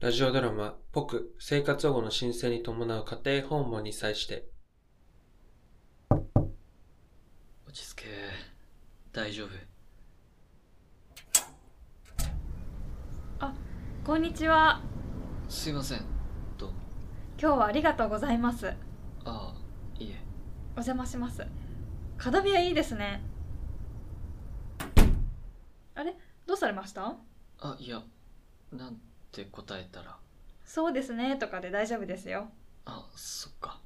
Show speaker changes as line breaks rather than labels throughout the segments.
ラジオドラマ、僕、生活保護の申請に伴う家庭訪問に際して、
落ち着け大丈夫
こんにちは。
すいませんどうも
今日はありがとうございます。
ああいいえ
お邪魔します。角部屋いいですね。あれどうされました
あいやなんて答えたら
そうですねとかで大丈夫ですよ。
あそっか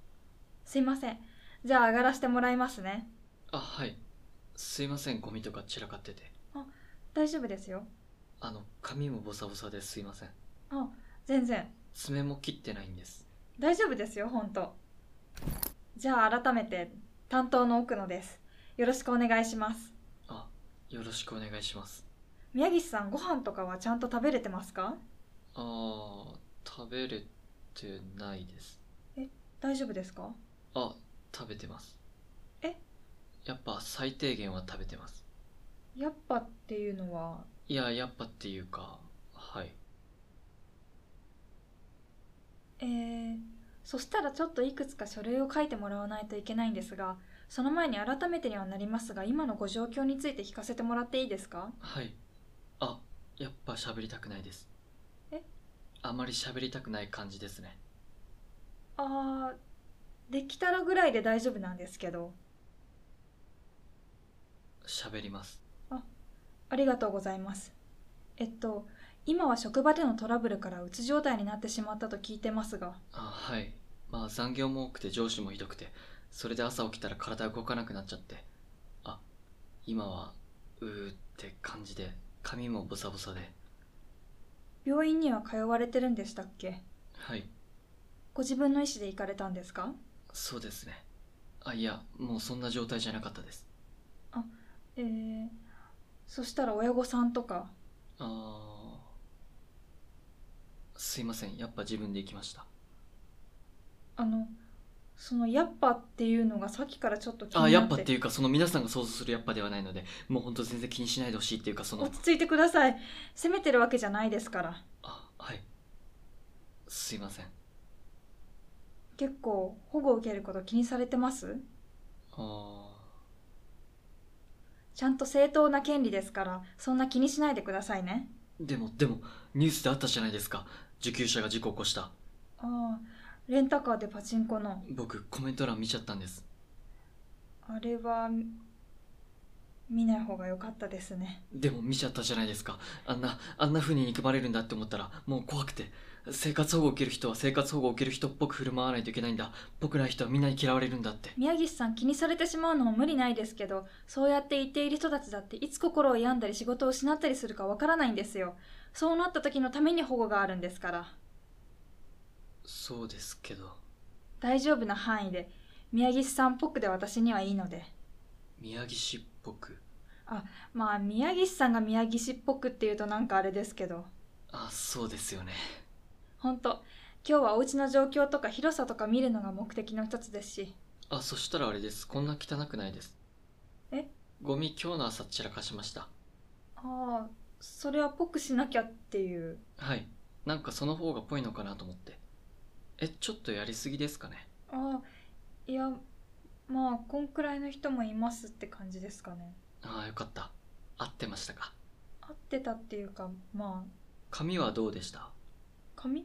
すいません。じゃあ上がらせてもらいますね。
あはいすいませんゴミとか散らかってて
大丈夫ですよ。
あの髪もボサボサですいません
あ、全然。
爪も切ってないんです
大丈夫ですよ、ほんと。じゃあ改めて、担当の奥野です。よろしくお願いします。
あよろしくお願いします
宮岸さん、ご飯とかはちゃんと食べれてますか
ああ食べれてないです
大丈夫ですか
あ食べてます
え
やっぱ最低限は食べてます
やっぱっていうのは、
いややっぱっていうかはい
えー、そしたらちょっといくつか書類を書いてもらわないといけないんですがその前に改めてにはなりますが今のご状況について聞かせてもらっていいですか
はいあやっぱ喋りたくないです
え
あまり喋りたくない感じですね
あーできたらぐらいで大丈夫なんですけど
喋ります
ありがとうございますえっと今は職場でのトラブルからうつ状態になってしまったと聞いてますが
あはいまあ残業も多くて上司もひどくてそれで朝起きたら体動かなくなっちゃってあ今はうーって感じで髪もボサボサで
病院には通われてるんでしたっけ
はい
ご自分の意思で行かれたんですか
そうですねあいやもうそんな状態じゃなかったです
えー、そしたら親御さんとか
あーすいませんやっぱ自分で行きました
あのその「やっぱ」っていうのがさっきからちょっと気になっ
あ
て
やっぱっていうかその皆さんが想像するやっぱではないのでもうほんと全然気にしないでほしいっていうかその
落ち着いてください責めてるわけじゃないですから
あはいすいません
結構保護を受けること気にされてます
あ
ちゃんと正当な権利ですからそんな気にしないでくださいね
ーでもでもニュースであったじゃないですか受給者が事故を起こした
ああレンタカーでパチンコの
僕コメント欄見ちゃったんです
あれは見ない方が良かったですね
でも見ちゃったじゃないですかあんなあんな風に憎まれるんだって思ったらもう怖くて生活保護を受ける人は生活保護を受ける人っぽく振る舞わないといけないんだ僕ら人はみんなに嫌われるんだって
宮岸さん気にされてしまうのも無理ないですけどそうやって言っている人たちだっていつ心を病んだり仕事を失ったりするかわからないんですよそうなった時のために保護があるんですから
そうですけど
大丈夫な範囲で宮岸さんっぽくで私にはいいので
宮城市っぽく
まあ宮岸さんが宮城市っぽくっていうとなんかあれですけど
あそうですよね
ほんと今日はお家の状況とか広さとか見るのが目的の一つですし
あそしたらあれですこんな汚くないです
え
ゴミ今日の朝散らかしました
ああそれはぽくしなきゃっていう
はいなんかその方がぽいのかなと思ってえちょっとやりすぎですかね
ああいやまあこんくらいの人もいますって感じですかね
ああよかった合ってましたか
合ってたっていうかまあ
髪はどうでした
髪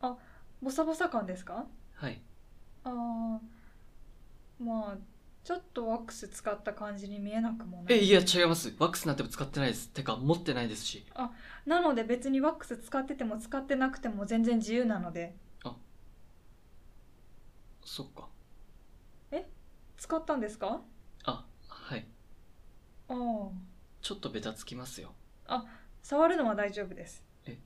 あボサボサ感ですか
はい
ああまあちょっとワックス使った感じに見えなくもな
え
い
いや違いますワックスなんて使ってないですてか持ってないですし
なので別にワックス使ってても使ってなくても全然自由なので
そっか
使ったんですか
あはい
ああ
ちょっとベタつきますよ
触るのは大丈夫です
え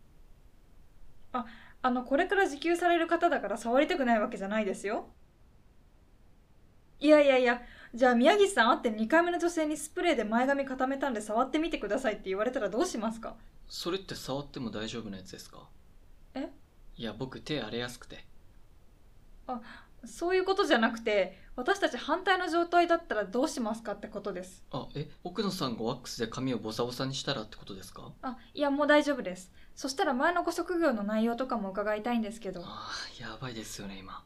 ああのこれから受給される方だから触りたくないわけじゃないですよいやいやいやじゃあ宮岸さん会って2回目の女性にスプレーで前髪固めたんで触ってみてくださいって言われたらどうしますか
それって触っても大丈夫なやつですか
え
いや僕手荒れやすくて
そういうことじゃなくて私たち反対の状態だったらどうしますかってことです
あえ奥野さんがワックスで髪をボサボサにしたらってことですか
あいやもう大丈夫ですそしたら前のご職業の内容とかも伺いたいんですけど
ああやばいですよね今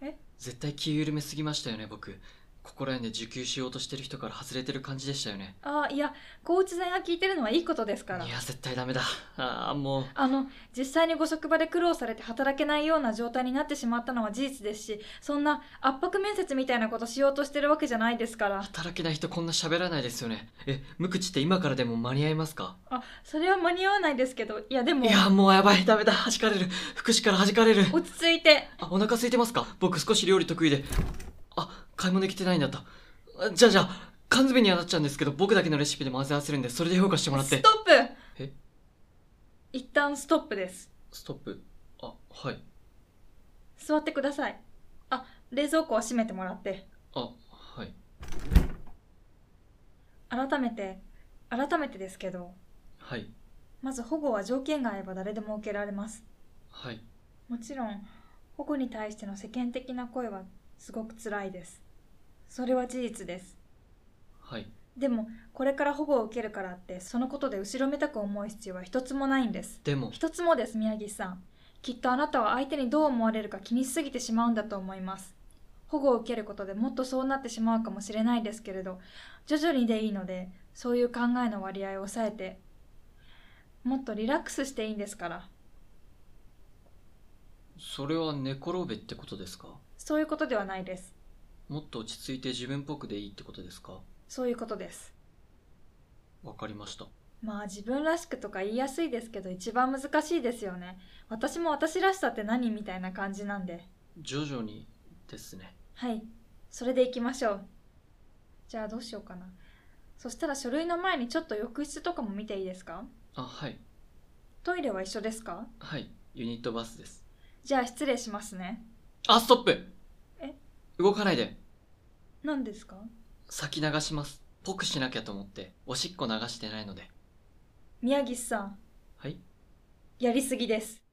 え
絶対気緩めすぎましたよね僕ここら辺で受給しようとしてる人から外れてる感じでしたよね
ああいや高知剤が効いてるのはいいことですから
いや絶対ダメだああもう
あの実際にご職場で苦労されて働けないような状態になってしまったのは事実ですしそんな圧迫面接みたいなことしようとしてるわけじゃないですから
働けない人こんな喋らないですよねえ無口って今からでも間に合いますか
あそれは間に合わないですけどいやでも
いやもうやばいダメだ弾かれる福祉から弾かれる
落ち着いて
あお腹空いてますか僕少し料理得意であ買い物来てないんだったあじゃあじゃあ缶詰にはなっちゃうんですけど僕だけのレシピで混ぜ合わせるんでそれで評価してもらって
ストップ
え
一旦ストップです
ストップあはい
座ってくださいあ冷蔵庫は閉めてもらって
あはい
改めて改めてですけど
はい
まず保護は条件が合えば誰でも受けられます
はい
もちろん保護に対しての世間的な声はすごく辛いですそれは事実です
はい
でもこれから保護を受けるからってそのことで後ろめたく思う必要は一つもないんです
でも
一つもです宮岸さんきっとあなたは相手にどう思われるか気にしすぎてしまうんだと思います保護を受けることでもっとそうなってしまうかもしれないですけれど徐々にでいいのでそういう考えの割合を抑えてもっとリラックスしていいんですから
それは寝転べってことですか
そういうことではないです
もっと落ち着いて自分っぽくでいいってことですか
そういうことです
わかりました
まあ自分らしくとか言いやすいですけど一番難しいですよね私も私らしさって何みたいな感じなんで
徐々にですね
はいそれでいきましょうじゃあどうしようかなそしたら書類の前にちょっと浴室とかも見ていいですか
あはい
トイレは一緒ですか
はいユニットバスです
じゃあ失礼しますね
あストップ
え
動かないで
何ですか
先流しますぽくしなきゃと思っておしっこ流してないので
宮岸さん
はい
やりすぎです